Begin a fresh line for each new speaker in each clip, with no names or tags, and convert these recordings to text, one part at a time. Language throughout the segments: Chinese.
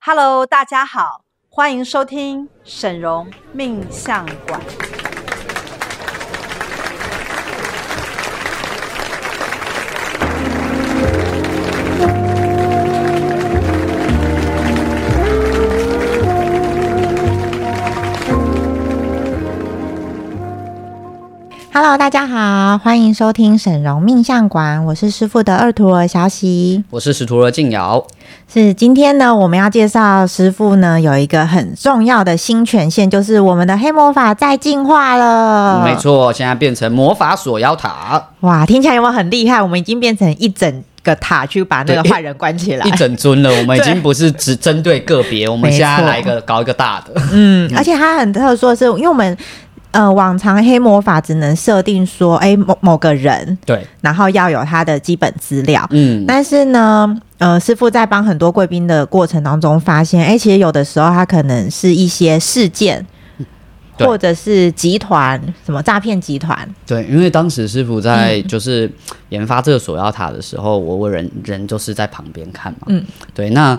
Hello，大家好，欢迎收听沈荣命相馆。
Hello，大家好，欢迎收听沈荣命相馆，我是师傅的二徒儿小喜。
我是石徒儿静瑶。
是今天呢，我们要介绍师傅呢有一个很重要的新权限，就是我们的黑魔法在进化了。
没，错，现在变成魔法锁妖塔，
哇，听起来有没有很厉害？我们已经变成一整个塔去把那个
对
坏人关起来
一。整尊了。我们已
对
经不是只针对个别，我
没
们
错
现在来一个搞一个大的。
嗯，而且它很特殊的是，因为我们呃往常黑魔法只能设定说，哎、某某个人，
对，
然后要有他的基本资料。
嗯，
但是呢，呃，师傅在帮很多贵宾的过程当中发现，哎、其实有的时候他可能是一些事件，
对
或者是集团什么诈骗集团，
对，因为当时师傅在
嗯
就是研发这个锁妖塔的时候，我我人人就是在旁边看嘛。
嗯
嗯，对，那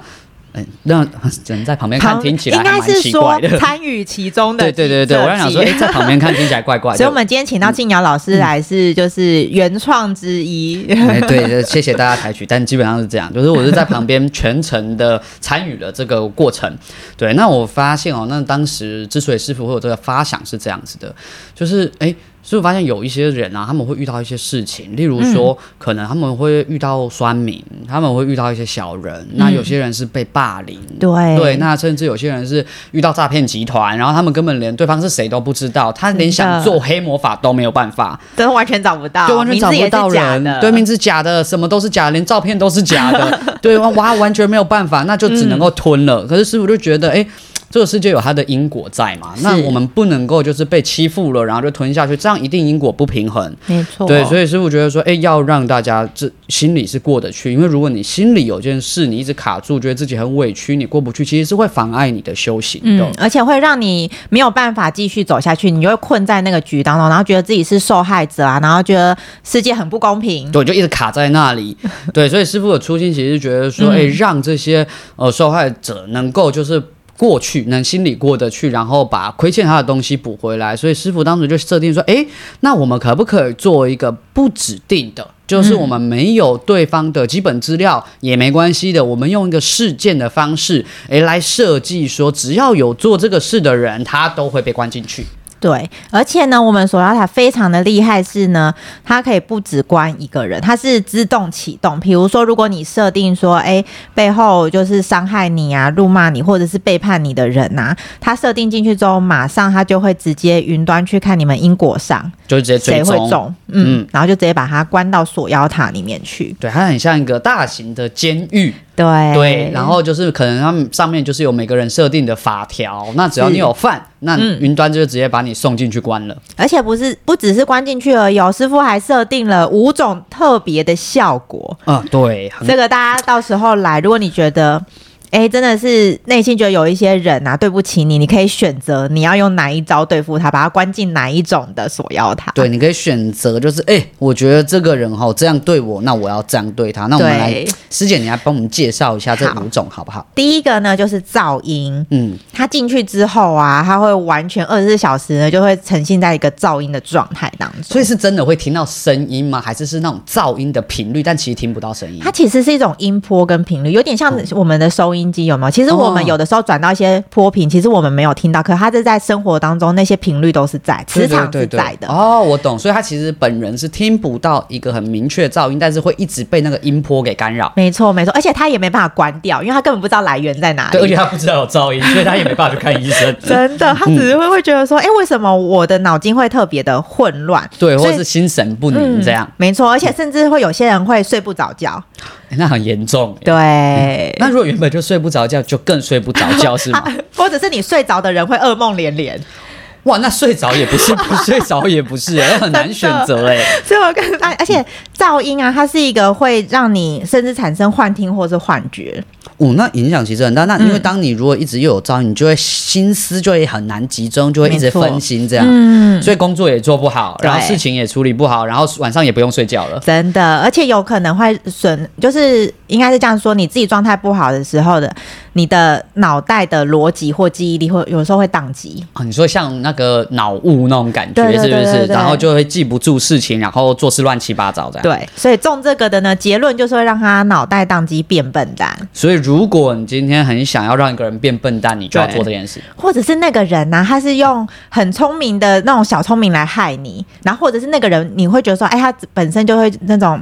嗯，那 人在旁边看
旁
听起来
应
还
该
蛮
是
奇
说
怪的。
参与其中的记者
对对
集，
对对，我在想说，哎、在旁边看听起来怪怪的。
所以，我们今天请到静瑶老
嗯
师来是就是原创之一，
哎，对，谢谢大家采取，但基本上是这样，就是我是在旁边全程的参与了这个过程。对，那我发现哦，那当时之所以师傅会有这个发想是这样子的，就是哎。师傅发现有一些人啊，他们会遇到一些事情，例如说，
嗯
可能他们会遇到酸民，他们会遇到一些小人，那有些人是被霸凌，
嗯对
对，那甚至有些人是遇到诈骗集团，然后他们根本连对方是谁都不知道，他连
真
想
的
做黑魔法都没有办法，
真的完全找不到，
对，完全找
啊名字
不
也
到
是假的，
人，对，名字假的，什么都是假的，连照片都是 假的，对，哇，完全没有办法，那就只能
嗯
够吞了。可是师傅就觉得，哎、这个世界有它的因果在嘛，那
是
我们不能够就是被欺负了，然后就吞下去，这样一定因果不平衡。
没错，
对，所以师傅觉得说，哎、要让大家这心里是过得去，因为如果你心里有件事，你一直卡住，觉得自己很委屈，你过不去，其实是会妨碍你的修行的。
嗯，而且会让你没有办法继续走下去，你就会困在那个局当中，然后觉得自己是受害者啊，然后觉得世界很不公平。
对，就一直卡在 那里。对，所以师傅的初心其实是觉得说，
嗯
哎、让这些呃受害者能够就是。过去能心里过得去，然后把亏欠他的东西补回来。所以师傅当时就设定说，哎，那我们可不可以做一个不指定的，就是
嗯
我们没有对方的基本资料、也没关系的，我们用一个事件的方式，哎，来设计说，只要有做这个事的人，他都会被关进去。
对，而且呢，我们索拉塔非常的厉害是呢，它可以不只关一个人，它是自动启动。比如说，如果你设定说，哎，背后就是伤害你啊、辱骂你或者是背叛你的人呐、啊，它设定进去之后，马上它就会直接云端去看你们因果上
就直接追
谁会
踪，
中，嗯，
嗯
然后就直接把它关到锁妖塔里面去。
对，它很像一个大型的监狱，
对
对，然后就是可能他们上面就是有每个人设定的法条，那只要你有犯，那
嗯
云端就直接把你送进去关了。
而且不是不只是关进去而已、哦，师傅还设定了五种特别的效果。
啊、对，很
这个大家到时候来，如果你觉得，哎，真的是内心觉得有一些人啊，对不起你，你可以选择你要用哪一招对付他，把他关进哪一种的锁妖塔。
对，你可以选择，就是哎、我觉得这个人哈这样对我，那我要这样对他。那我们来
对，
师姐，你来帮我们介绍一下这
好
五种好不好？
第一个呢就是噪音，
嗯，
他进去之后啊，他会完全二十四小时呢就会沉浸在一个噪音的状态当中。
所以是真的会听到声音吗？还是是那种噪音的频率，但其实听不到声音？
它其实是一种音波跟频率，有点像我们的收音机，有没有？其实我们
哦
有的时候转到一些波频，其实我们没有听到，可它是在生活当中那些频率都是在，磁场
对
是
对对
在的。
对哦，我懂，所以他其实本人是听不到一个很明确的噪音，但是会一直被那个音波给干扰。
没错，没错，而且它也没办法关掉，因为它根本不知道来源在哪
对，而且
里。。
他不知道有噪音，所以他也没办法去看医生
真的，它只是会会觉得说，哎、为什么我的脑筋会特别的混乱？
嗯对，
所
或
以嗯
者是心神不宁这样，
没错，而且甚至会有些人会睡不着觉。
欸那很严重欸。
对，
那如果原本就睡不着觉，就更睡不着觉是 吗？
或者是你睡着的人会噩梦连连。
哇，那睡着也不 是，不睡着也不是欸，那很难选择哎。
所以我跟大家，而且噪音啊，它是一个会让你甚至产生幻听或是幻觉。
哦，那影响其实很大。那因为当你如果一直又有噪音，你就会心思就会很难集中，就会一直分心这样。嗯，所以工作也做不好，
对
然后事情也处理不好，然后晚上也不用睡觉了。
真的，而且有可能会损，就是应该是这样说，你自己状态不好的时候的，你的脑袋的逻辑或记忆力会有时候会宕机。
啊，你说像那个脑雾那种感觉，
对对对
是不
对
是？
对
然后就会记不住事情，然后做事乱七八糟这样。，
对，所以中这个的呢，结论就是会让他脑袋宕机变笨蛋，
所以如果你今天很想要让一个人变笨蛋，你就要
对
做这件事。
或者是那个人呢、他是用很聪明的那种小聪明来害你，然后或者是那个人，你会觉得说，哎，他本身就会那种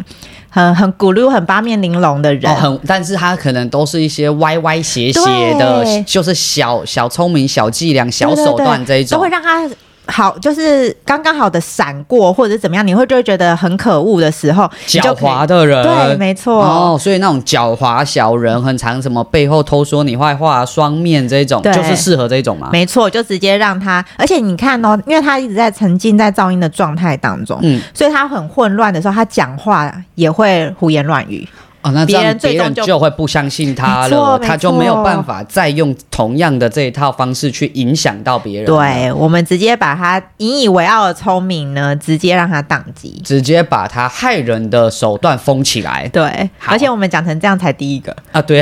很很骨碌、很八面玲珑的人，
哦，很，但是他可能都是一些歪歪斜斜
对
的，就是小小聪明、小伎俩、小
对对
手段
对
这一种。
都会让他好，就是刚刚好的闪过或者是怎么样，你会就会觉得很可恶的时候，你就
狡
可以
猾的人，
对没错
哦，所以那种狡猾小人，很常什么背后偷说你坏话、双面这种，
对
就是适合这种嘛。
没错，就直接让他，而且你看哦，因为他一直在沉浸在噪音的状态当中，
嗯
所以他很混乱的时候，他讲话也会胡言乱语。
哦，那这
别
样
人最
别
终
人
就
就会不相信他
没错
了，
没
他就没有
错
办法再用同样的这一套方式去影响到别人。，
对啊我们直接把他引以为傲的聪明呢，直接让他宕机。
直接把他害人的手段封起来
对，
好
而且我们讲成这样才第一个，
啊！对，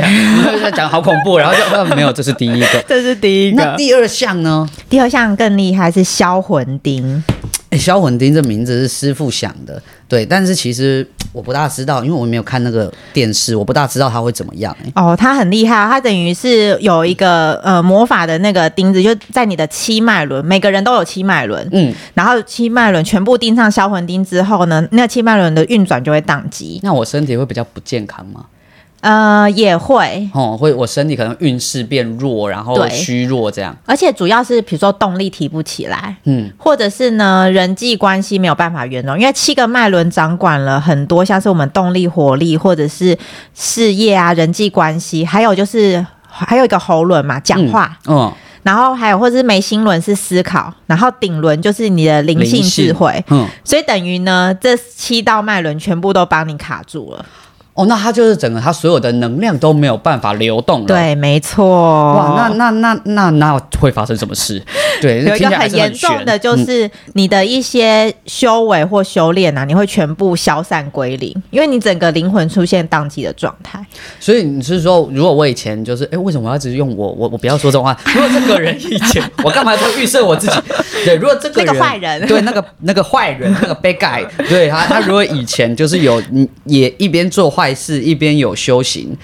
讲好恐怖，然后就、呃没有，这是第 一个。
这是第一
那。第二项呢？
第二项更厉害是销魂钉，
哎，销魂钉这名字是师傅想的，对，但是其实我不大知道，因为我没有看那个电视，我不大知道他会怎么样、哎
哦，它很厉害哦，它等于是有一个呃魔法的那个钉子，就在你的七脉轮，每个人都有七脉轮，
嗯，
然后七脉轮全部钉上销魂钉之后呢，那七脉轮的运转就会宕机，
那我身体会比较不健康吗？
呃，也会，
哦，会，我身体可能运势变弱，然后
对
虚弱这样。
而且主要是比如说动力提不起来，
嗯，
或者是呢人际关系没有办法圆融，因为七个脉轮掌管了很多，像是我们动力、活力，或者是事业啊、人际关系，还有就是还有一个喉轮嘛，讲话。
嗯，
然后还有或者是眉心轮是思考，然后顶轮就是你的灵性智慧，
嗯，
所以等于呢，这七道脉轮全部都帮你卡住了。
哦，那他就是整个他所有的能量都没有办法流动了。。
对，没错。
嗯哇，那那那那那会发生什么事？对，
有一
听
个
起来还
很
是
严重
悬
的，就
嗯
是你的一些修为或修炼啊，你会全部消散归零，因为你整个灵魂出现宕机的状态。
所以你是说，如果我以前就是，哎、为什么我要只是用我我我不要说这种话？如果这个人以前，我干嘛要预设我 自己？对，如果这个
那
人
个坏人
对那个那个坏人，那个 bad guy，对他他如果以前就是有嗯也一边做坏事一边有修行，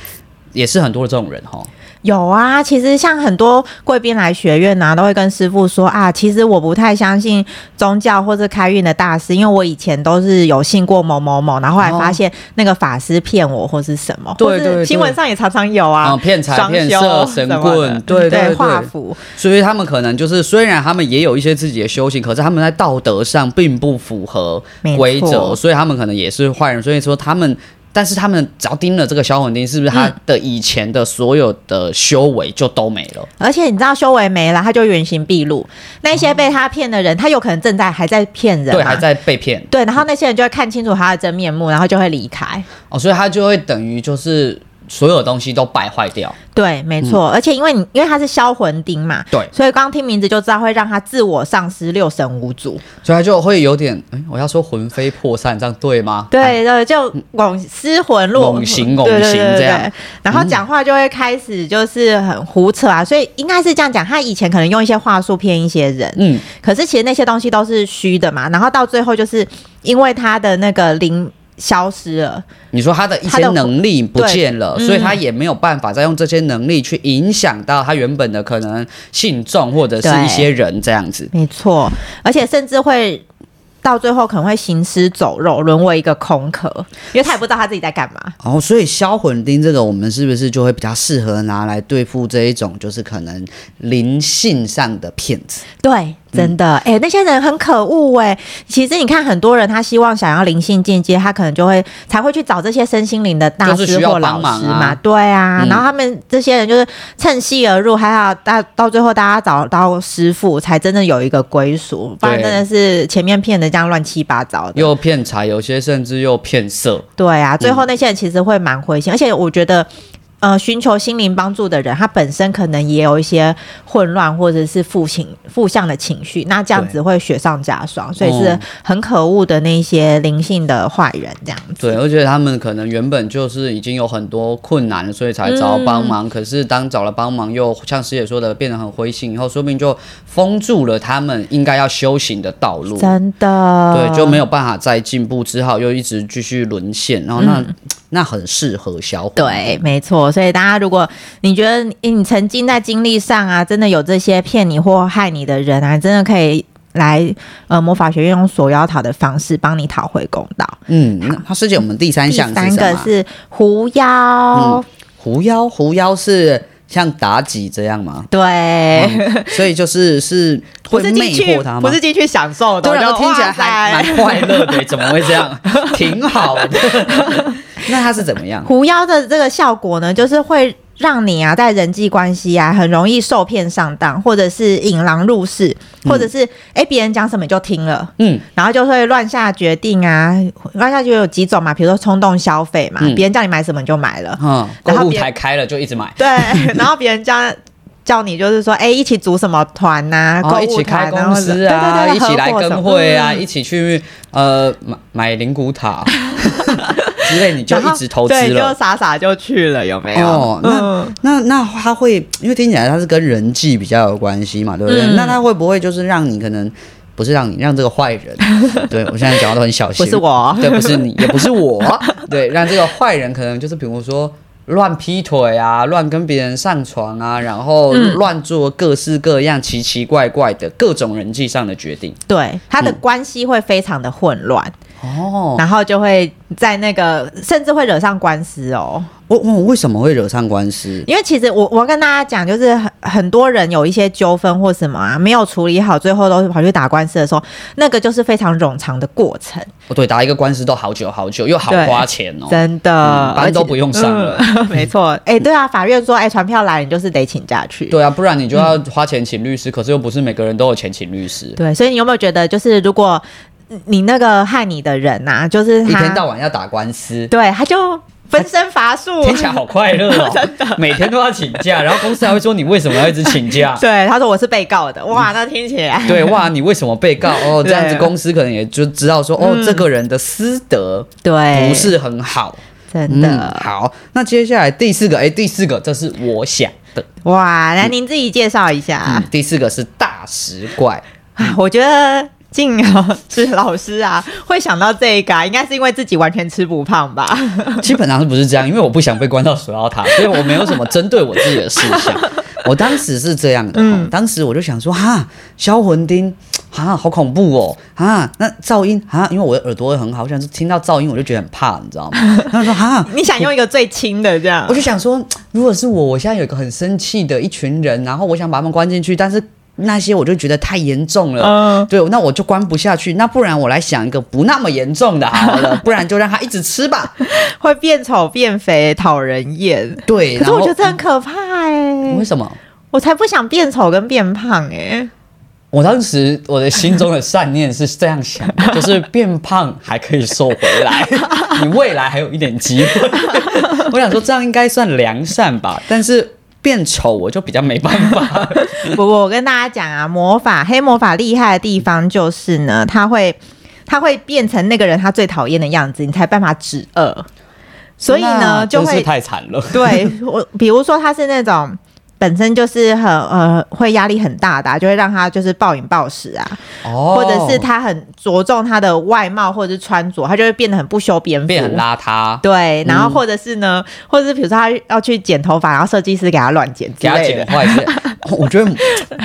也是很多的这种人哈。
有啊，其实像很多贵宾来学院啊，都会跟师傅说啊，其实我不太相信宗教或是开运的大师，因为我以前都是有信过某某某，然后后来发现那个法师骗我或是什么，
哦对
或是
对对
新闻上也常常有啊，
嗯骗财
双修
骗色神
什么
棍
的
对对
对
对
画符，
所以他们可能就是，虽然他们也有一些自己的修行，可是他们在道德上并不符合规
没
则，
错
所以他们可能也是坏人。所以说他们，但是他们只要盯了这个销魂钉，是不是他的以前的所有的修为就都没了？
而且你知道修为没了，他就原形毕露。那些被他骗的人，他有可能正在还在骗人、啊，
对，还在被骗
对，然后那些人就会看清楚他的真面目，然后就会离开。
哦，所以他就会等于就是所有东西都败坏掉。
对，没错，而且因为你因为它是销魂钉嘛，
嗯对
所以刚听名字就知道会让他自我丧失、六神无主。
所以他就会有点，哎，我要说魂飞魄散，这样对吗？哎，
对对，就拱失魂落
拱形拱
对
形
对对对
这样嗯
对然后讲话就会开始就是很胡扯啊，所以应该是这样讲，他以前可能用一些话术骗一些人，
嗯，
可是其实那些东西都是虚的嘛，然后到最后就是因为他的那个灵消失了，
你说他的一
他
些
的
能力不见了，
对
所以他嗯也没有办法再用这些能力去影响到他原本的可能信众或者是一些人这样子。
没错，而且甚至会到最后可能会行尸走肉，沦为一个空壳，因为他也不知道他自己在干嘛。
哦，所以销魂钉这个，我们是不是就会比较适合拿来对付这一种就是可能灵性上的骗子？
对，真的，
嗯
哎、那些人很可恶哎、其实你看，很多人他希望想要灵性进阶，他可能就会才会去找这些身心灵的大
就是
师
需要
或老
帮忙啊
师嘛，对啊。
嗯
然后他们这些人就是趁虚而入，还好大到最后大家找到师傅，才真的有一个归属，不然
对
真的是前面骗的这样乱七八糟的。
又骗财，有些甚至又骗色。嗯
对啊，最后那些人其实会蛮灰心，而且我觉得。呃寻求心灵帮助的人，他本身可能也有一些混乱或者是负情负向的情绪，那这样子会雪上加霜，所以是
嗯
很可恶的那些灵性的坏人这样子。
对，啊而且他们可能原本就是已经有很多困难了，所以才找帮
嗯
忙。可是当找了帮忙，又像师姐说的，变得很灰心以后，说不定就封住了他们应该要修行的道路。
真的，
对，就没有办法再进步，只好又一直继续沦陷。然后那、 那很适合小伙。
嗯对，没错。所以大家，如果你觉得诶你曾经在经历上啊，真的有这些骗你或害你的人啊，真的可以来呃魔法学院用索要讨的方式帮你讨回公道。
嗯，那好师姐，我们第三
第
项
三
是什
个
么？
是嗯狐妖，
狐妖，狐妖是像妲己这样吗？
对，
嗯所以就是是
不
会
是
魅
进去
惑他，吗？
不是进去享受的，我
对啊，然
就
后听起来
哇塞
还蛮快乐 的，怎么会这样？挺好的。 那他是怎么样？
狐妖的这个效果呢，就是会让你啊在人际关系啊很容易受骗上当，或者是引狼入室，或者是哎别、人讲什么你就听了。
嗯，
然后就会乱下决定啊，乱下就有几种嘛，比如说冲动消费嘛，
嗯
别人叫你买什么你就买了，
嗯，购
然后
物
别啊
台开了就一直买，
对， 然后别人叫叫你就是说，哎，一起组什么团呐、
然后
购
哦一
物
起
团
开
啊，
公司
或
啊，
者
一起来
对对对合伙什么
跟会啊，
嗯
一起去呃买买灵骨塔之类，你就一直投资
然后对，
了
就。傻傻就去了，有没有？嗯
哦，那那那他会，因为听起来他是跟人际比较有关系嘛，对不对？
嗯
那他会不会就是让你可能不是让你让这个坏 人，对我现在讲话都很小心，
不是我
对，不是你，也不 是我，对，让这个坏人可能就是比如说。乱劈腿啊，乱跟别人上床啊，然后
嗯
乱做各式各样奇奇怪怪的各种人际上的决定。
对，他的
嗯
关系会非常的混乱，
哦，
然后就会在那个甚至会惹上官司哦。
我我为什么会惹上官司？
因为其实我我要跟大家讲，就是很很多人有一些纠纷或什么啊，没有处理好，最后都是跑去打官司的时候，那个就是非常冗长的过程，
哦，对，打一个官司都好久好久，又好
对
花钱哦。
真的
嗯，班都
而且
不用上了
嗯 没 错，哎、对啊，法院说，哎、传票来，你就是得请假去。
对啊，不然你就要花钱请律师，可是又不是每个人都有钱请律师，
对，所以你有没有觉得，就是如果你那个害你的人呐、啊，就是
一
他
天到晚要打官司。
对，他就分身乏术，？
听起来好快乐哦，每天都要请假，然后公司还会说你为什么要一直请假
对，他说我是被告的，
嗯
哇，那听起来
对，哇，你为什么被告？ 哦，这样子
对嗯
公司可能也就知道说，哦，这个人的私德
对
不是很好。
哎真
嗯
的、，
好，那接下来第四个，哎，第四个这是我想的，
哇，来您自己介绍一下。
嗯，第四个是大石怪，
啊， 我觉得静瑶是老师啊，会想到这个、啊，应该是因为自己完全吃不胖 吧？
基本上是不是这样？因为我不想被关到索要塔，所以我没有什么针对我自己的事项。 我当时是这样的，
嗯
哦当时我就想说，哈，销魂钉，哈，好恐怖哦，哈，那噪音，哈，因为我的耳朵很好，我想是听到噪音我就觉得很怕，你知道吗？ 然后说，哈，
你想用一个最轻的这样
我？就想说，如果是我，我现在有一个很生气的一群人，然后我想把他们关进去，但是那些我就觉得太严重了，
嗯
对，那我就关不下去，那不然我来想一个不那么严重的好 了，不然就让他一直吃吧。
会变丑变肥，讨人厌。
对，
可是
然
我
后嗯
觉得这很可怕哎、
为什么？
我才不想变丑跟变胖哎、
我当时我的心中的善念是这样想的，就是变胖还可以瘦回 来，你未来还有一点机会。 我想说这样应该算良善吧，但是变丑我就比较没办法。
不不，我跟大家讲啊，魔法黑魔法厉害的地方就是呢，它会它会变成那个人他最讨厌的样子，你才办法止恶。 所以
那
呢，就
真是
会
太惨了。
对我，比如说他是那种本身就是很呃会压力很大的啊、就会让他就是暴饮暴食啊，
哦
或者是他很着重他的外貌或者是穿着，他就会变得很不修边幅，啊
变很邋遢，
对，然
嗯
后或者是呢，或者是比如说他要去剪头发，然后设计师给他乱剪之
给他
类
剪
的。
坏之类 的。我觉得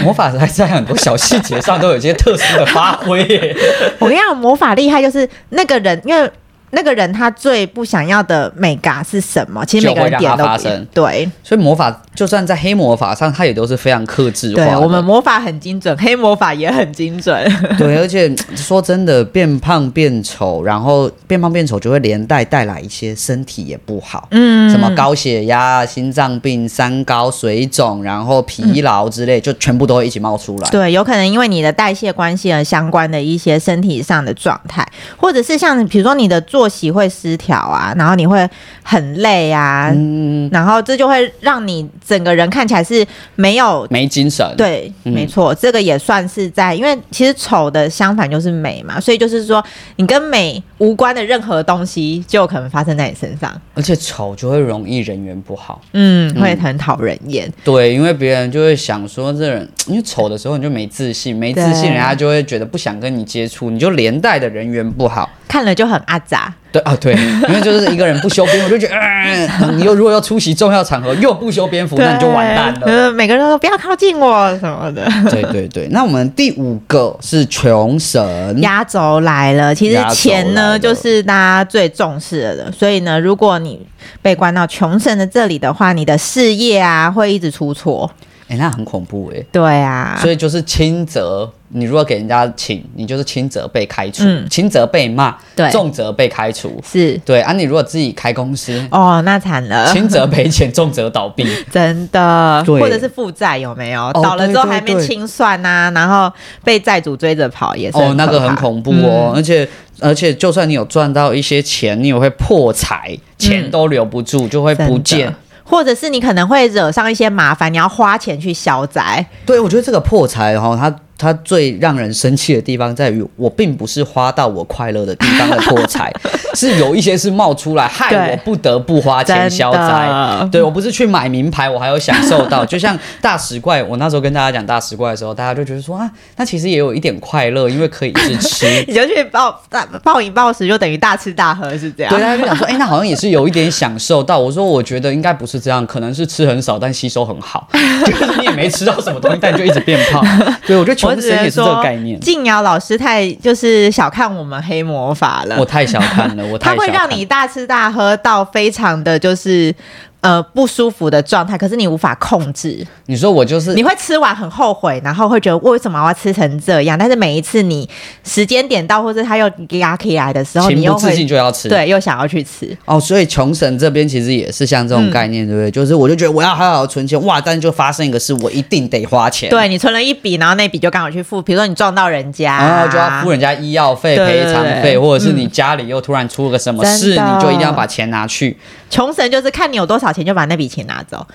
魔法还在很多小细节上都有一些特殊的发挥耶。
我跟你讲，魔法厉害就是那个人，因为那个人他最不想要的美嘎是什么？其实每个人
就会
点
让
都
它
不
发
一样
生
对
所以魔法就算在黑魔法上，它也都是非常克制化
对，
的。
我们魔法很精准，黑魔法也很精准。
对，而且说真的，变胖变丑，然后变胖变丑就会连带带来一些身体也不好，
嗯
什么高血压、心脏病、三高、水肿，然后疲劳之类，就全部都会一起冒出来。
嗯对，有可能因为你的代谢关系而相关的一些身体上的状态，或者是像比如说你的坐作息会失调啊，然后你会很累啊，
嗯，
然后这就会让你整个人看起来是没有。
没精神，，
对，
嗯
没错，这个也算是在，因为其实丑的相反就是美嘛，所以就是说，你跟美无关的任何东西，就有可能发生在你身上，
而且丑就会容易人缘不好。
嗯，会很讨人厌。
对，因为别人就会想说这人，因为丑的时候你就没自信，没自信
对
人家就会觉得不想跟你接触，你就连带的人缘不好。
看了就很阿杂，
对啊，对，因为就是一个人不修边幅，就觉得，呃、你又如果要出席重要场合又不修边幅，那你就完蛋
对
了。
呃，每个人都说不要靠近我什么的。
对对对，那我们第五个是穷神，
压轴来了，其实
压轴
钱
来
呢
了
就是大家最重视的了，所以呢，如果你被关到穷神的这里的话，你的事业啊会一直出错。
哎，那很恐怖哎、
对啊，
所以就是轻则，你如果给人家请，你就是轻则被开除，
嗯
轻则被骂，
对
重则被开除。
是
对啊，你如果自己开公司，
哦，那惨了，
轻则赔钱，重则倒 闭。
真的，
对哦
或者是负债有没有？
对
倒了之后
对
还没
对
清算呐、然后被债主追着跑也是
哦，那个
可怕嗯
很恐怖哦，而且而且就算你有赚到一些钱，你也会破财，钱都留不住，就会
嗯真
不
的
见。
或者是你可能会惹上一些麻烦，你要花钱去消灾。
对，我觉得这个破财哈、哦，它它最让人生气的地方在于，我并不是花到我快乐的地方的破 财，是有一些是冒出来害
对
我不得不花钱
真
消灾
的。。
对我不是去买名牌，我还有享受到。就像大食怪，我那时候跟大家讲大食怪的时候，大家就觉得说啊，那其实也有一点快乐，因为可以一直吃
你就去暴大暴饮暴食，就等于大吃大喝，是这样
对，。大家就想说，哎、那好像也是有一点享受到。我说，我觉得应该不是这样，可能是吃很少，但吸收很好，就是你也没吃到什么东西，但你就一直变胖。对，我觉得
我
穷
只
神也
能
是这个
说
概念，。
静瑶老师太就是小看我们黑魔法了
我，太小 看了，我太
他
小看
会
了
让你大吃大喝到非常的就是呃不舒服的状态，可是你无法控制，
你说我就是
你会吃完很后悔，然后会觉得为什么我要吃成这样？但是每一次你时间点到，或者他又压起来的时候，你
情
又
不自禁
会
就要吃。
对又想要去吃，
哦，所以穷神这边其实也是像这种概
嗯
念，对不对？就是我就觉得我要好好存钱，哇，但就发生一个事，我一定得花钱。。
对你存了一笔，然后那笔就刚好去付，比如说你撞到人家，啊
然哦后就要付人家医药费、
对
赔
对
偿费，
对
或者是你家里又突然出了个什么事，
真的
你就一定要把钱拿去。
穷神就是看你有多少钱就把那笔钱拿走，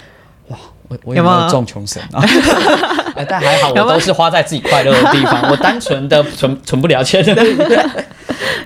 我我
有没有有没有中
穷神 啊？哎但还好，我
有没有
都是花在自己快乐的地 方，我单纯的存存不了钱的。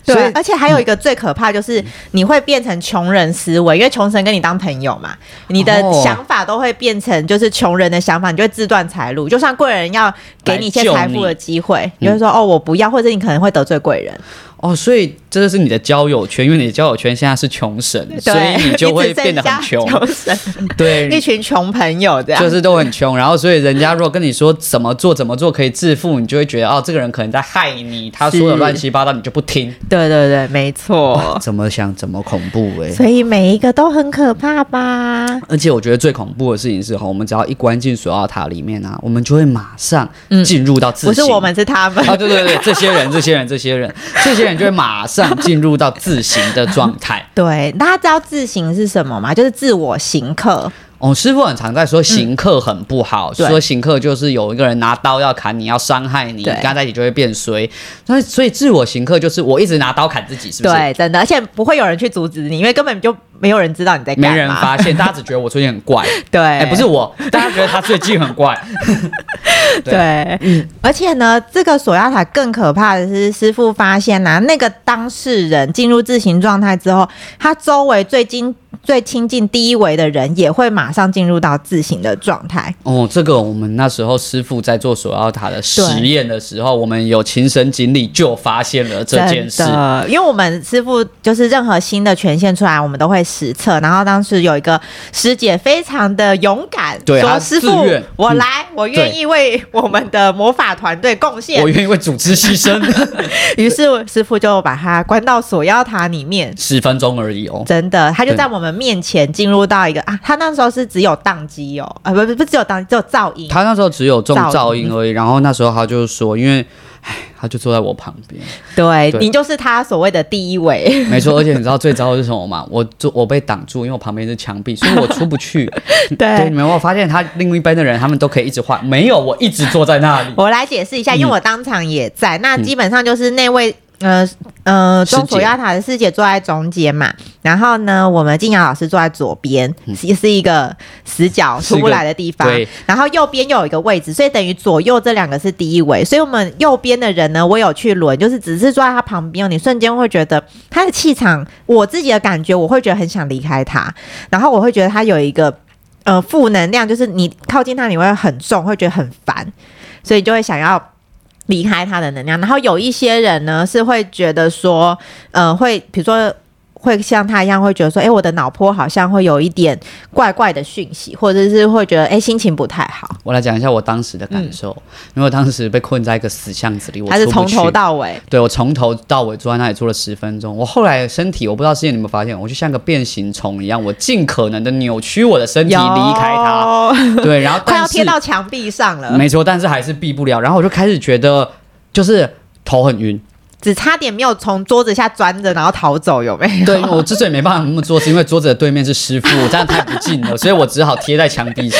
所
对
以，嗯
而且还有一个最可怕就是你会变成穷人思维，因为穷神跟你当朋友嘛，你的
哦
想法都会变成就是穷人的想法，你就会自断财路。就算贵人要给你一些
来救
财
你嗯
富的机会，你就会说、哦我不要，或者你可能会得罪贵人，
哦，所以这就是你的交友圈，因为你的交友圈现在是穷神，所
对
以你就会变得很
只剩 下
穷。
穷神
对，
一啊群穷朋友这样。
就是都很穷，然后所以人家如果跟你说怎么做怎么做可以致富，你就会觉得哦，这个人可能在害你，他说的
是
乱七八糟你就不听，
对对对，没 错。
怎么想怎么恐怖哎、
所以每一个都很可怕吧？
而且我觉得最恐怖的事情是哈，我们只要一关进索奥塔里面啊，我们就会马上进入到自
嗯
省、
不是我们，是他们。
啊，对对对，这些人，这些人，这些人，这些人就会马上进入到自省的状态。
对，大家知道自省是什么吗？就是自我行客。
哦，师傅很常在说行客很不好，
嗯对
说行客就是有一个人拿刀要砍你，要伤害你，
对
跟他在一起就会变衰。所以，所以自我行客就是我一直拿刀砍自己，是不是？
对，真的，而且不会有人去阻止你，因为根本就没有人知道你在干
没
嘛。
人发 现，大家只觉得我最近很怪。
对、
哎、不是我，大家觉得他最近很 怪。
对，
嗯
而且呢，这个索要塔更可怕的是，师傅发现呐、那个当事人进入自行状态之后，他周围最近最亲近第一维的人也会马上进入到自行的状态。
哦，这个我们那时候师傅在做索奥塔的实验的时候，我们有亲身经历就发现了这件事
真。的，因为我们师傅就是任何新的权限出来，我们都会实测。然后当时有一个师姐非常的勇敢，
对她
说师
自
傅
愿嗯
我来，我愿意为我们的魔法团队贡献
我。愿意为组织牺牲
于是师傅就把他关到锁妖塔里面。
十分钟而已哦。
真的，他就
对
在我们面前进入到一个啊，他那时候是只有宕机哦，啊不不不，只有宕，只有噪音。
他那时候只有中噪
噪
音
音
而已，然后那时候他就说，因为，唉，他就坐在我旁 边，
对
对
你就是他所谓的第一位，
没错，而且你知道最糟的是什么吗？我坐我被挡住，因为我旁边是墙壁，所以我出不 去。对，你
对。
们有没有发现他另一边的人，他们都可以一直换，没有我一直坐在那里。嗯
我来解释一下，因为我当场也在。那基本上就是那位呃呃，
师
中索
姐
亚塔的师姐坐在中间嘛，然后呢，我们静雅老师坐在左边，是是一个死角
嗯是
出
一
不
个
来的地方
对，
然后右边又有一个位置，所以等于左右这两个是第一位，所以我们右边的人呢，我有去轮，就是只是坐在他旁边，你瞬间会觉得他的气场，我自己的感觉，我会觉得很想离开他，然后我会觉得他有一个呃负能量，就是你靠近他你会很重，会觉得很烦，所以就会想要离开他的能量。然后有一些人呢是会觉得说，呃，会比如说。会像他一样，会觉得说，哎、我的脑波好像会有一点怪怪的讯息，或者是会觉得，哎、心情不太好。
我来讲一下我当时的感受，因为我当时被困在一个死巷子里，我
他嗯是
出
从
不去
头到尾，
对我从头到尾坐在那里坐了十分钟，我后来身体我不知道之前你们有没有发现，我就像个变形虫一样，我尽可能的扭曲我的身体
有
离开它。，对，然 后
快要
但是
贴到墙壁上 了，
没错，但是还是避不了。然后我就开始觉得就是头 很晕，
只差点没有从桌子下钻着，然后逃走，有没有？
对，因为我之所以没办法那么做，是因为桌子的对面是师傅，我站得太不近了，所以我只好贴在墙壁上。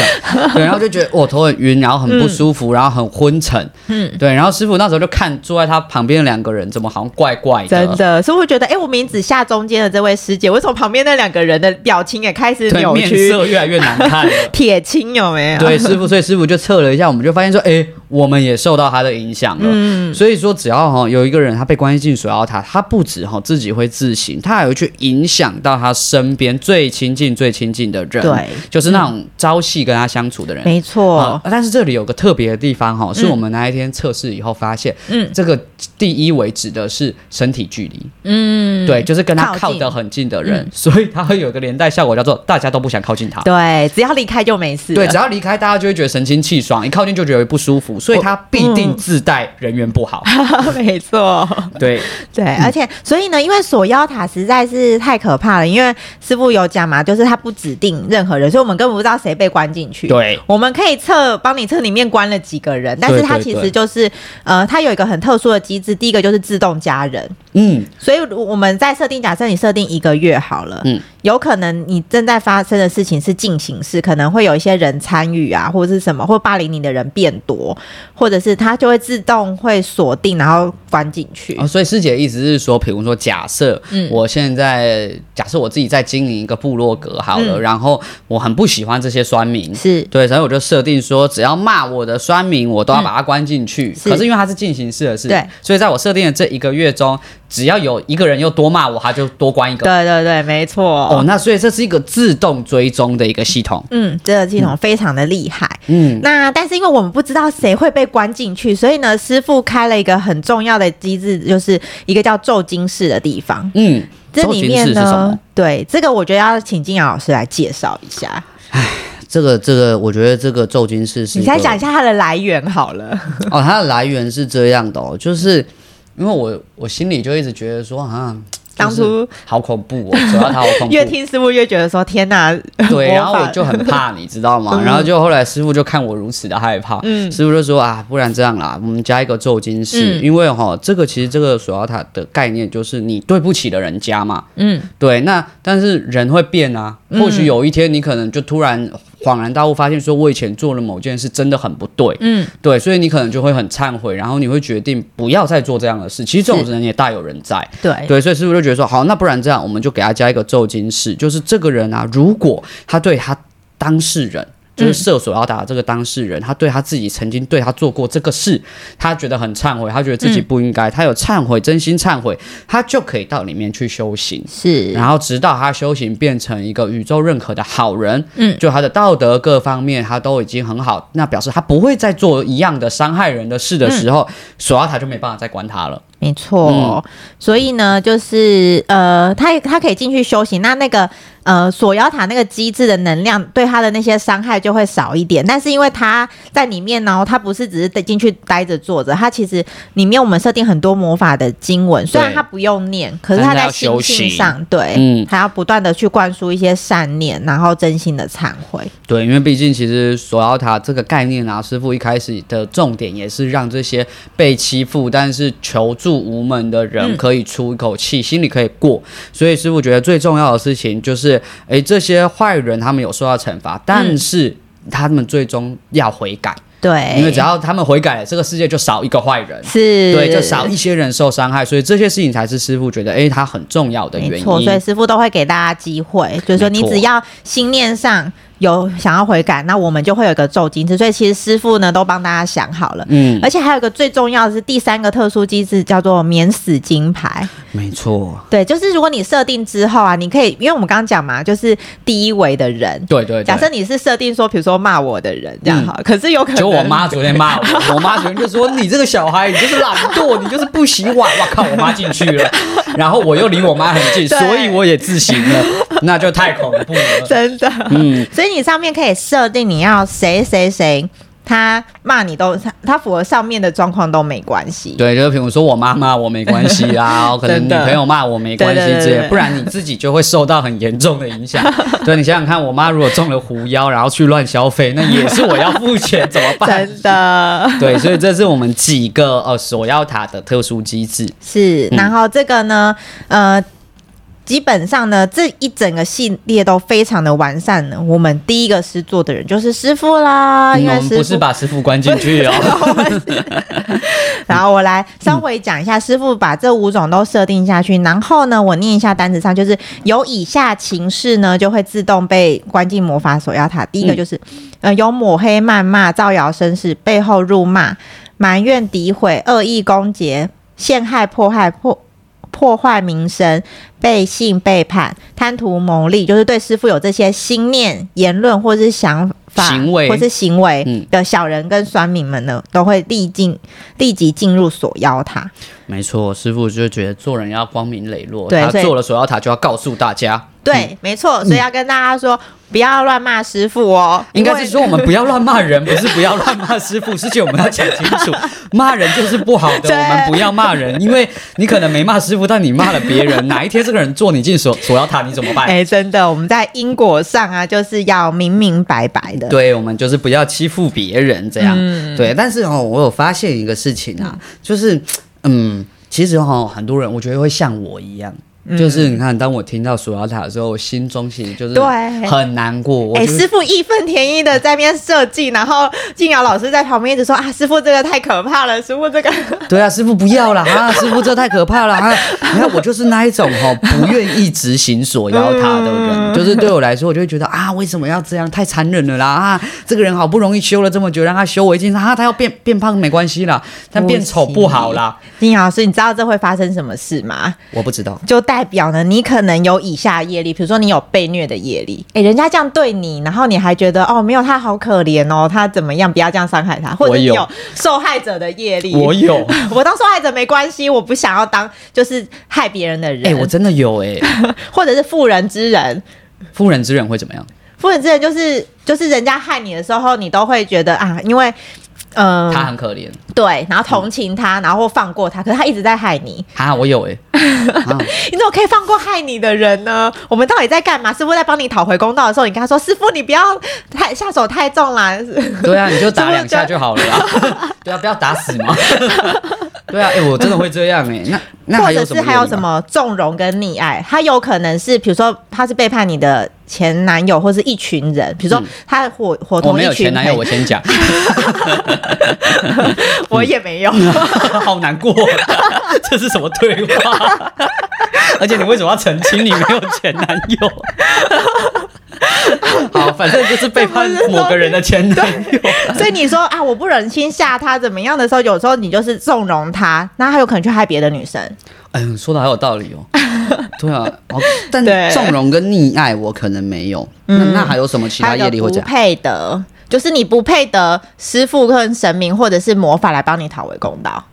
对，然后就觉得我头很晕，然后很不舒
嗯
服，然后很昏沉。嗯，对，然后师傅那时候就看坐在他旁边的两个人，怎么好像怪怪的。
真的，所以我觉得，哎、我名字下中间的这位师姐，为什么旁边那两个人的表情也开始
对，
扭
面
曲？
色越来越难看了。
铁青有没有？
对，师傅，所以师傅就测了一下，我们就发现说，哎、我们也受到他的影响了。
嗯
所以说，只要哈有一个人他被关进水奥塔，他不止哈自己会自省，他还会去影响到他身边最亲近、最亲近的人，
对，嗯
就是那种朝夕跟他相处的人。
没
啊
错，嗯
但是这里有个特别的地方哈，是我们那一天测试以后发现，嗯，这个第一维指的是身体距离，嗯，对，就是跟他
靠
靠
近嗯
得很近的人，所以他会有一个连带效果，叫做大家都不想靠近他。
对，只要离开就没事了。啊
对，只要离开，大家就会觉得神清气爽，一靠近就觉得不舒服，所以他必定自带人缘不好。
嗯 没错，
对，
对，
嗯
而且所以呢，因为锁妖塔实在是太可怕了，因为师傅有讲嘛，就是他不指定任何人，所以我们根本不知道谁被关进去。
对，
我们可以测帮你测里面关了几个人，但是
对
它
对
其
对
实就是呃，它有一个很特殊的机制，第一个就是自动加人，
嗯，
所以如我们在设定，假设你设定一个月好了，
嗯
嗯，有可能你正在发生的事情是进行式，可能会有一些人参与啊，或者是什么，或霸凌你的人变多，或者是它就会自动会锁定，然后关进去。
哦，所以师姐的意思是说，比如说，假设
嗯
我现在假设我自己在经营一个部落格好了，然后我很不喜欢这些酸
嗯
民。
是
对，所以我就设定说，只要骂我的酸民，我都要把他关进去。
是
可是因为他是进行式的事，
对，
所以在我设定的这一个月中，只要有一个人又多骂我，他就多关一个。
对对对，没错。
哦，那所以这是一个自动追踪的一个系统。
嗯，这个系统非常的厉害。
嗯，
那但是因为我们不知道谁会被关进去，所以呢，师傅开了一个很重要的机制，就是一个叫咒金室的地方。
嗯，
这
周
里
秦
面
氏是什
呢
么？，
对这个我觉得要请金阳老师来介绍一下。
哦这个这个，我觉得这个咒金氏是
你再讲一
下
下它的来源好了。
哦，它的来源是这样的哦，就是因为我我心里就一直觉得说啊，
当
就是
初
好恐怖哦，主要它好恐怖，
越听师傅越觉得说天哪，
对，
模
然后我
仿嗯
就很 怕，你知道吗？然后就后来师傅就看我如此的害怕，师傅就说啊，不然这样啦，我们加一个咒金式，
嗯
因为哈，这个其实这个索要塔的概念就是你对不起的人家嘛，嗯，对，那但是人会变啊，或许有一天你可能就突然恍然大悟，发现说我以前做了某件事真的很不对，嗯，对，所以你可能就会很忏悔，然后你会决定不要再做这样的事。其实这种人也大有人在，
对
对，所以师傅就觉得说，好，那不然这样，我们就给他加一个咒金式，就是这个人啊，如果他对他当事人。就是射手要打的这个当事人，他对他自己曾经对他做过这个事，他觉得很忏悔，他觉得自己不应该，他有忏悔，真心忏悔，他就可以到里面去修行。
是
然后直到他修行变成一个宇宙认可的好人，嗯，就他的道德各方面他都已经很好，那表示他不会再做一样的伤害人的事的时候，索要塔就没办法再管他了。
没
嗯
错，所以呢，就是呃，他他可以进去修行，那那个呃锁妖塔那个机制的能量对他的那些伤害就会少一点，但是因为他在里面呢，他不是只是得进去待着坐着，他其实里面我们设定很多魔法的经文，虽然
对
他不用念，可是
但
他在
是他嗯要
心
修
性
行
上，对，
嗯
还要不断的去灌输一些善念，然后真心的忏悔，
对，因为毕竟其实索要塔这个概念啊，师傅一开始的重点也是让这些被欺负但是求助无门的人可以出一口气，心里可以过。所以师傅觉得最重要的事情就是，诶，这些坏人他们有受到惩罚，但是他们最终要悔改。
对，
因为只要他们悔改了，这个世界就少一个坏人。
哎是
对，就少一些人受伤害，所以这些事情才是师傅觉得，哎、他很重要的原
没
因。
错，所以师傅都会给大家机会，就是说你
没错
只要心念上有想要悔改，那我们就会有一个咒金子。所以其实师傅呢都帮大家想好了，
嗯，
而且还有一个最重要的是第三个特殊机制叫做免死金牌。
没错，
对，就是如果你设定之后啊，你可以，因为我们刚刚讲嘛，就是第一维的人。
对对对。嗯
假设你是设定说，比如说骂我的人这样好，可是有可能
就我妈昨天骂我，我妈昨天就说你这个小孩，你就是懒惰，你就是不洗碗。哇靠，我妈进去了，然后我又离我妈很 近，
对
所以我也自省了，那就太恐怖了。
真的，
嗯，
所以你上面可以设定你要谁谁谁，他骂你都他他符合上面的状况都没关系。
对，就是比如说我妈骂我没关系啦，可能
真
女
的
朋友骂我没关系
对对对
之类
对
的，不然你自己就会受到很严重的影响。对你想想看，我妈如果中了狐妖，然后去乱消费，那也是我要付钱，怎么办？
真的
对，所以这是我们几个呃索要塔的特殊机制。
是，
嗯
然后这个呢，呃，基本上呢，这一整个系列都非常的完善呢。我们第一个师做的人就是师傅啦，
嗯
因
我
为
们
师
不是
傅
把师傅关进去 哦。
然后我来稍微讲一下，师傅把这五种都设定下去，然后呢，我念一下单子上，就是有以下情势呢，就会自动被关进魔法锁妖塔。第一
嗯
个就是，呃，有抹黑、谩骂、造谣生事、背后辱骂、埋怨、诋毁、恶意攻击、陷害、迫害、破。破坏名声、背信、背叛、贪图牟利，就是对师傅有这些心念、言论或是想法、
行为
或是行为
嗯
的小人跟酸民们呢，都会历尽立即进入锁妖塔。
没错，师傅就觉得做人要光明磊落，
对
他
所以
做了索要塔就要告诉大家。
对，没错，所以要跟大家说，不要乱骂师傅哦。
嗯应该
因
是
为
说我们不要乱骂人，不是不要乱骂师傅，事情我们要讲清楚。骂人就是不好的，
对
我们不要骂人，因为你可能没骂师傅，但你骂了别人，哪一天这个人做你进索索要塔，你怎么 办？
哎、真的，我们在因果上啊，就是要明明白白的。
对，我们就是不要欺负别人这样。
嗯
对，但是哦，我有发现一个事情啊，就是嗯，其实哦，很多人我觉得会像我一样。
嗯
就是你看，当我听到索要塔的时候，我心中其实就是
对
很难过。我
哎、
就是
师傅义愤填膺的在那边设计，然后静瑶老师在旁边一直说啊，师傅这个太可怕了，师傅这个
对啊，师傅不要了啊！师傅这太可怕了啊！你看我就是那一种哈、不愿意执行索要他的
嗯
人，就是对我来说，我就会觉得啊，为什么要这样？太残忍了啦！啊，这个人好不容易修了这么久，让他修为敬啊，他要变变胖没关系啦，但变丑不好啦。
静瑶老师，你知道这会发生什么事吗？
我不知道，
就代表呢，你可能有以下业力，比如说你有被虐的业力，诶，人家这样对你，然后你还觉得哦，没有他好可怜哦，他怎么样，不要这样伤害他，或者
我
你
有
有受害者的业力，
我有，
我当受害者没关系，我不想要当就是害别人的人，
哎、我真的有哎、
或者是妇人之仁，
妇人之仁会怎么样？
妇人之仁就是就是人家害你的时候，你都会觉得啊，因为嗯、
他很可怜
对，然后同情他，然后放过他，可是他一直在害你，
啊，我有哎、啊
你怎么可以放过害你的人呢？我们到底在干嘛？师傅在帮你讨回公道的时候，你跟他说：“师傅，你不要太下手太重啦。
对啊，你就打两下就好 了啦。对啊，不要打死嘛。 对啊，哎、我真的会这样哎、那” 那
或
还
者
有什
是
么？
还有什？么纵容跟溺爱？他有可能是，比如说他是背叛你的前男友，或是一群人，比如说他伙伙
嗯我
同
没
一
有
群
前男友，
朋
我嗯
友
先 讲，
我也没有。
好难过， 这是什么对话？ 而且你为什么要澄清你没有前男友？ 好，反正就是背叛某个人的前男友。
所以你说啊，我不忍心吓他怎么样的时候，有时候你就是纵容他，那他有可能去害别的女生。
哎呦，说的好有道 理哦。对啊，哦、但
对
纵容跟溺爱我可能没有。那那嗯还有什么其他
还有
业
一
力
个
会
不
讲？
配得，就是你不配得师傅跟神明或者是魔法来帮你讨回公道。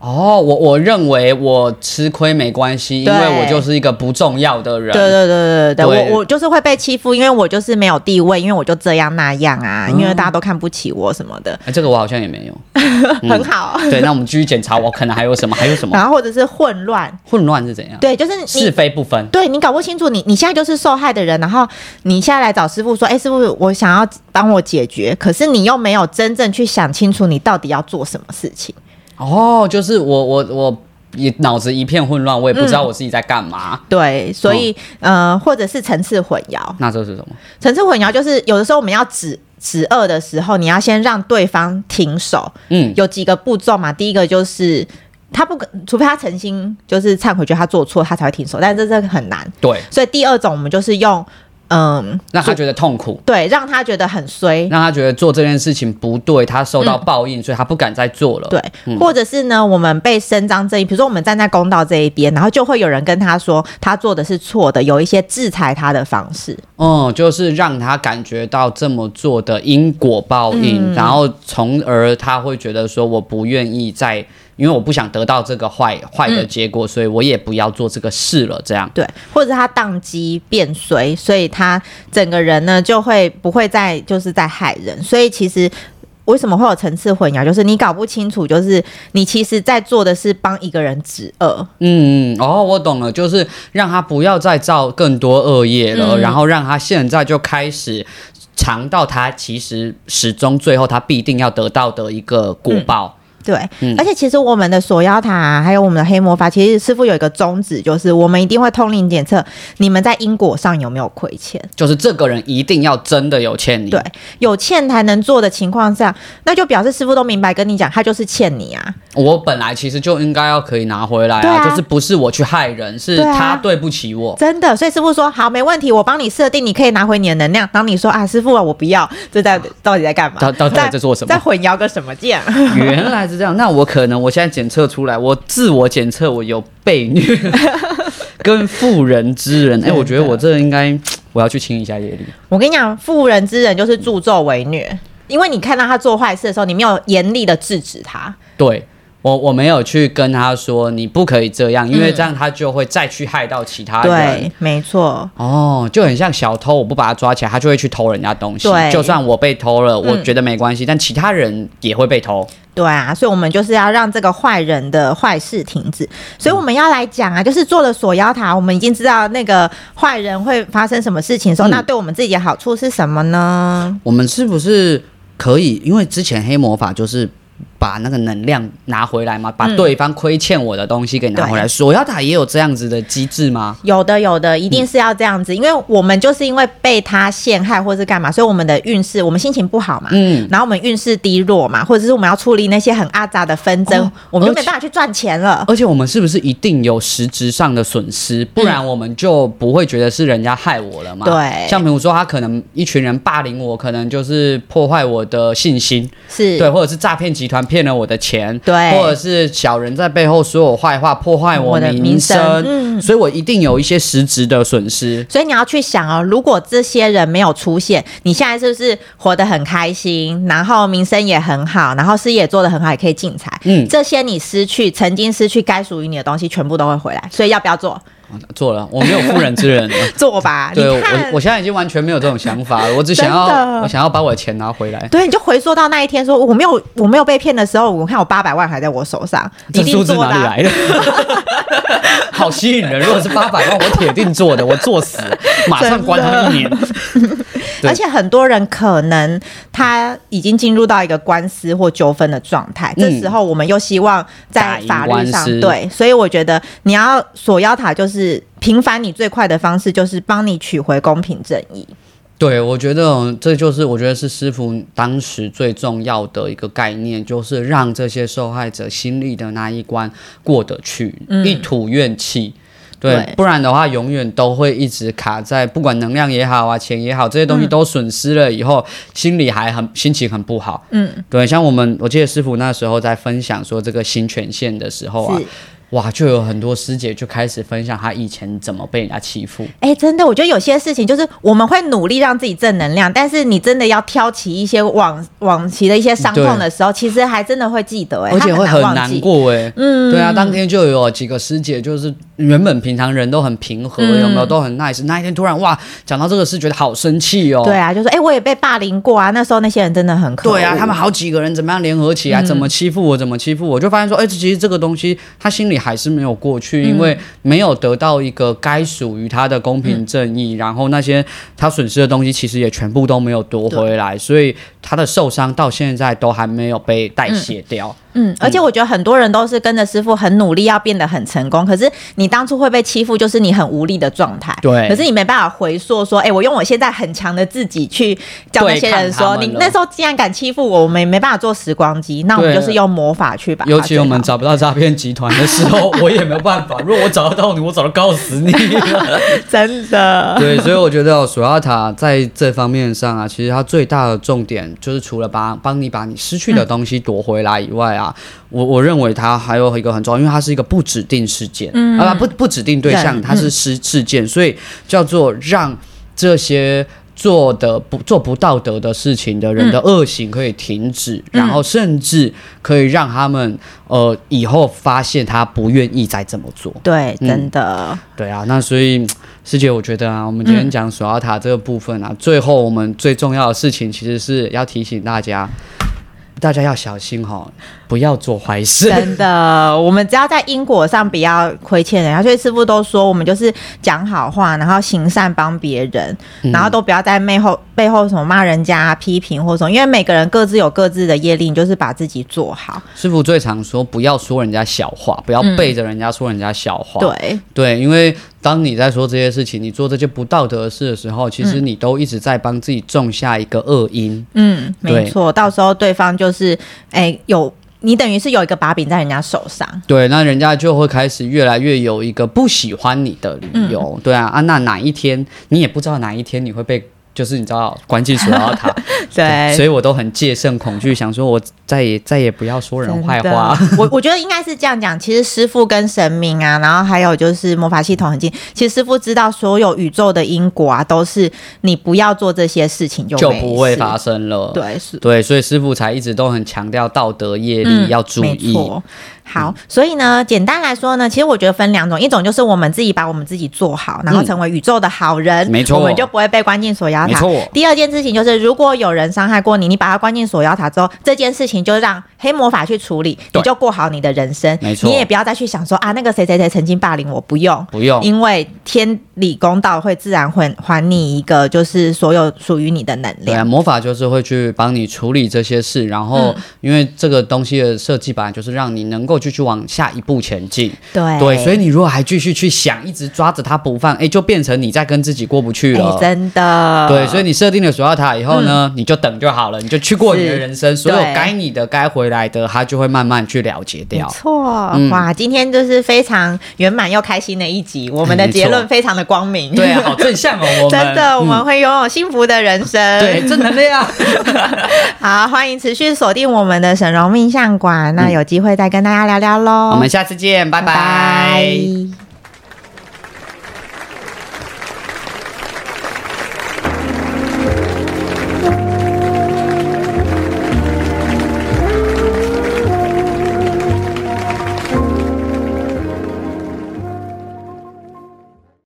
哦，我我认为我吃亏没关系，因
对
为我就是一个不重要的人。
对对对对对，
对
我我就是会被欺负，因为我就是没有地位，因为我就这样那样啊，因为大家都看不起我什么的，
哎这个我好像也没有。
很好。
对，那我们继续检查，我可能还有什么？还有什么？
然后或者是混乱，
混乱是怎样？
对，就是你
是非不分。
对你搞不清楚你，你现在就是受害的人，然后你现在来找师傅说，哎、师傅，我想要帮我解决，可是你又没有真正去想清楚你到底要做什么事情。
哦，就是我我我也脑子一片混乱，我也不知道我自己在干嘛。
对，所以、呃，或者是层次混淆，
那这是什么？
层次混淆就是有的时候我们要指止恶的时候，你要先让对方停手，
嗯，
有几个步骤嘛？第一个就是他不可，除非他诚心就是忏悔，觉得他做错，他才会停手，但是这这很难。
对，
所以第二种，我们就是用嗯，
让他觉得痛苦，
对，让他觉得很衰。
让他觉得做这件事情不对，他受到报应，所以他不敢再做
嗯
了。
对，
嗯
或者是呢，我们被伸张正义，比如说我们站在公道这一边，然后就会有人跟他说他做的是错的，有一些制裁他的方式。
嗯，就是让他感觉到这么做的因果报
嗯
应，然后从而他会觉得说，我不愿意再，因为我不想得到这个坏坏
嗯
的结果，所以我也不要做这个事了。这样，
对，或者他宕机变衰，所以他整个人呢就会不会再就是在害人，所以其实。为什么会有层次混淆？就是你搞不清楚，就是你其实在做的是帮一个人止恶，
嗯，哦，我懂了，就是让他不要再造更多恶业了，
嗯
然后让他现在就开始。尝到他其实始终最后他必定要得到的一个果报，
对。
嗯
而且其实我们的锁妖塔、还有我们的黑魔法，其实师傅有一个宗旨，就是我们一定会通灵检测你们在因果上有没有亏欠。
就是这个人一定要真的有欠你。
对，有欠才能做的情况下，那就表示师傅都明白跟你讲，他就是欠你啊。
我本来其实就应该要可以拿回来
对啊
就是不是我去害人，是
对啊
他对不起我。
真的，所以师傅说好，没问题，我帮你设定，你可以拿回你的能量。当你说啊，师傅啊，我不要， 这在到底在干嘛？
哦到到底
在
在做什么
在混淆个什么剑？
原来是这样，那我可能我现在检测出来，我自我检测我有 被虐，跟妇人之仁。哎、我觉得我这应该我要去清一下业力。
我跟你讲，妇人之仁就是助纣为虐，因为你看到他做坏事的时候，你没有严厉的制止他。
对我我没有去跟他说你不可以这样，因为这样他就会再去害到其他人。
嗯对，没错，
哦，就很像小偷，我不把他抓起来，他就会去偷人家东西。
对
就算我被偷了，我觉得没关系，但其他人也会被偷。
对啊，所以我们就是要让这个坏人的坏事停止。所以我们要来讲啊，就是做了锁妖塔，我们已经知道那个坏人会发生什么事情的时候，
嗯
那对我们自己的好处是什么呢？
我们是不是可以？因为之前黑魔法就是把那个能量拿回来嘛，把
嗯
对方亏欠我的东西给拿回来。索要塔也有这样子的机制吗？
有的，有的，一定是要这样
嗯
子，因为我们就是因为被他陷害或是干嘛，所以我们的运势，我们心情不好嘛，
嗯，
然后我们运势低落嘛，或者是我们要处理那些很阿杂的纷争，
哦
我们就
而且
没办法去赚钱了。
而且我们是不是一定有实质上的损失？不然我们就不会觉得是人家害我了嘛。
嗯对
像比如说他可能一群人霸凌我，可能就是破坏我的信心，
是，
对，或者是诈骗集团骗了我的钱，
对
或者是小人在背后说我坏话，破坏
我的
名
名声
声，
嗯
所以我一定有一些实质的损失。
所以你要去想哦，如果这些人没有出现，你现在是不是活得很开心，然后名声也很好，然后事业做得很好，也可以进财？
嗯
这些你失去，曾经失去该属于你的东西，全部都会回来。所以要不要做？
做了，我没有妇人之 仁了。
做吧，
嗯对
你看
我，我现在已经完全没有这种想法了，我只想
真的
要，我想要把我的钱拿回来。
对，你就回溯到那一天说，我没有，我没有被骗的时候，我看我八百万还在我手上，
这
一定
数字
做
哪
的啊、
里来的？ 好吸引人！如果是八百万，我铁定做的，我作 死，马上关他们一年。对
而且很多人可能他已经进入到一个官司或纠纷的状态，
嗯
这时候我们又希望
打
在
赢
法律上
官司
对，所以我觉得你要索要塔就是平反你最快的方式，就是帮你取回公平正义。
对，我觉得哦这就是我觉得是师傅当时最重要的一个概念，就是让这些受害者心里的那一关过得去，一吐怨气。对，
嗯对
不然的话，永远都会一直卡在，不管能量也好啊，钱也好，这些东西
嗯
都损失了以后，心里还很心情很不好。
嗯，
对，像我们，我记得师傅那时候在分享说这个新权限的时候啊
是，，
哇，就有很多师姐就开始分享她以前怎么被人家欺负。
哎、真的，我觉得有些事情就是我们会努力让自己正能量，但是你真的要挑起一些往往期的一些伤痛的时候，其实还真的会记得、哎，
嗯而且会
他很忘
难
记。
过哎、嗯，对啊，当天就有几个师姐，就是原本平常人都很平和，
嗯
有没有都很 nice，那一天突然哇，讲到这个事，觉得好生气哦。
对啊，就说哎、我也被霸凌过啊，那时候那些人真的很可恶。嗯
对啊，他们好几个人怎么样联合起来，怎么欺负我，怎么欺负我，就发现说，哎、其实这个东西他心里还是没有过去，因
嗯
为没有得到一个该属于他的公平正义，然后那些他损失的东西其实也全部都没有夺回来，所以他的受伤到现在都还没有被代谢掉。
嗯，而且我觉得很多人都是跟着师傅很努力要变得很成功，可是你当初会被欺负，就是你很无力的状态。
对
可是你没办法回溯说，哎、我用我现在很强的自己去叫那些人说，
对抗他们了
你那时候既然敢欺负我，我们也没办法做时光机，那我们
对
就是用魔法去把它
尤其我们
最好
找不到诈骗集团的时候，我也没有办法。如果我找得到你，我早就告死你了。
真的，
对，所以我觉得哦索亚塔在这方面上啊，其实它最大的重点就是除了把帮你把你失去的东西夺回来以外啊，我我认为它还有一个很重要，因为它是一个不指定事件，嗯、啊不不指定对嗯象，
人
它是事事件，所以叫做让这些。做的不做不道德的事情的人的恶行可以停止，然后甚至可以让他们呃以后发现他不愿意再这么做。
对，
嗯
真的，
对啊，那所以师姐，我觉得啊，我们今天讲索奥塔这个部分啊，最后我们最重要的事情其实是要提醒大家，大家要小心哈、不要做坏事。
真的，我们只要在因果上不要亏欠人家，所以师傅都说，我们就是讲好话，然后行善帮别人，
嗯
然后都不要在背后背后什么骂人家、批评或什么，因为每个人各自有各自的业力，你就是把自己做好。
师傅最常说，不要说人家小话，不要背着人家说人家小话。
对，
对，因为当你在说这些事情，你做这些不道德的事的时候，其实你都一直在帮自己种下一个恶因。
嗯，
对
没错，到时候对方就是，哎、有你等于是有一个把柄在人家手上。
对，那人家就会开始越来越有一个不喜欢你的理由。
嗯
对啊，啊，那哪一天你也不知道哪一天你会被，就是你知道关进锁妖塔，所
对。
以我都很戒慎恐惧，想说我再也再也不要说人坏
真
话。
的我我觉得应该是这样讲。其实师傅跟神明啊，然后还有就是魔法系统很近。其实师傅知道所有宇宙的因果啊，都是你不要做这些事情就
就
没
不会
事
发生了。
对，是
对，所以师傅才一直都很强调道德业力、
嗯
要注
没
意。嗯
错好，所以呢，简单来说呢，其实我觉得分两种，一种就是我们自己把我们自己做好，然后
嗯
成为宇宙的好人，
没错
我们就不会被关进锁妖
没
塔。
错，
第二件事情就是，如果有人伤害过你，你把他关进锁妖塔之后，这件事情就让黑魔法去处理，
对
你就过好你的人生。
没错嗯
你也不要再去想说啊，那个谁谁谁曾经霸凌我，不用，
不用。
因为天理公道会自然会还你一个就是所有属于你的能
对啊，
量。
魔法就是会去帮你处理这些事，然后
嗯
因为这个东西的设计本来就是让你能够继续往下一步前进。
对
对，所以你如果还继续去想，一直抓着它不放，哎，就变成你在跟自己过不去
哎
了。
真的，嗯
对，所以你设定了索要塔以后呢，你就等就好了，你就去过你的
是
人生，所有
对
该你的、该回来的，它就会慢慢去了结
没
掉。
错，
嗯
哇，今天就是非常圆满又开心的一集，我们的
没错
结论非常的光明，
对啊，好 正向哦，我
嗯
们
真的，我们会拥有幸福的人生。
嗯对正能量。
好，欢迎持续锁定我们的沈荣命相馆，那有机会再跟大家聊聊喽。
我们下次见，拜拜。
拜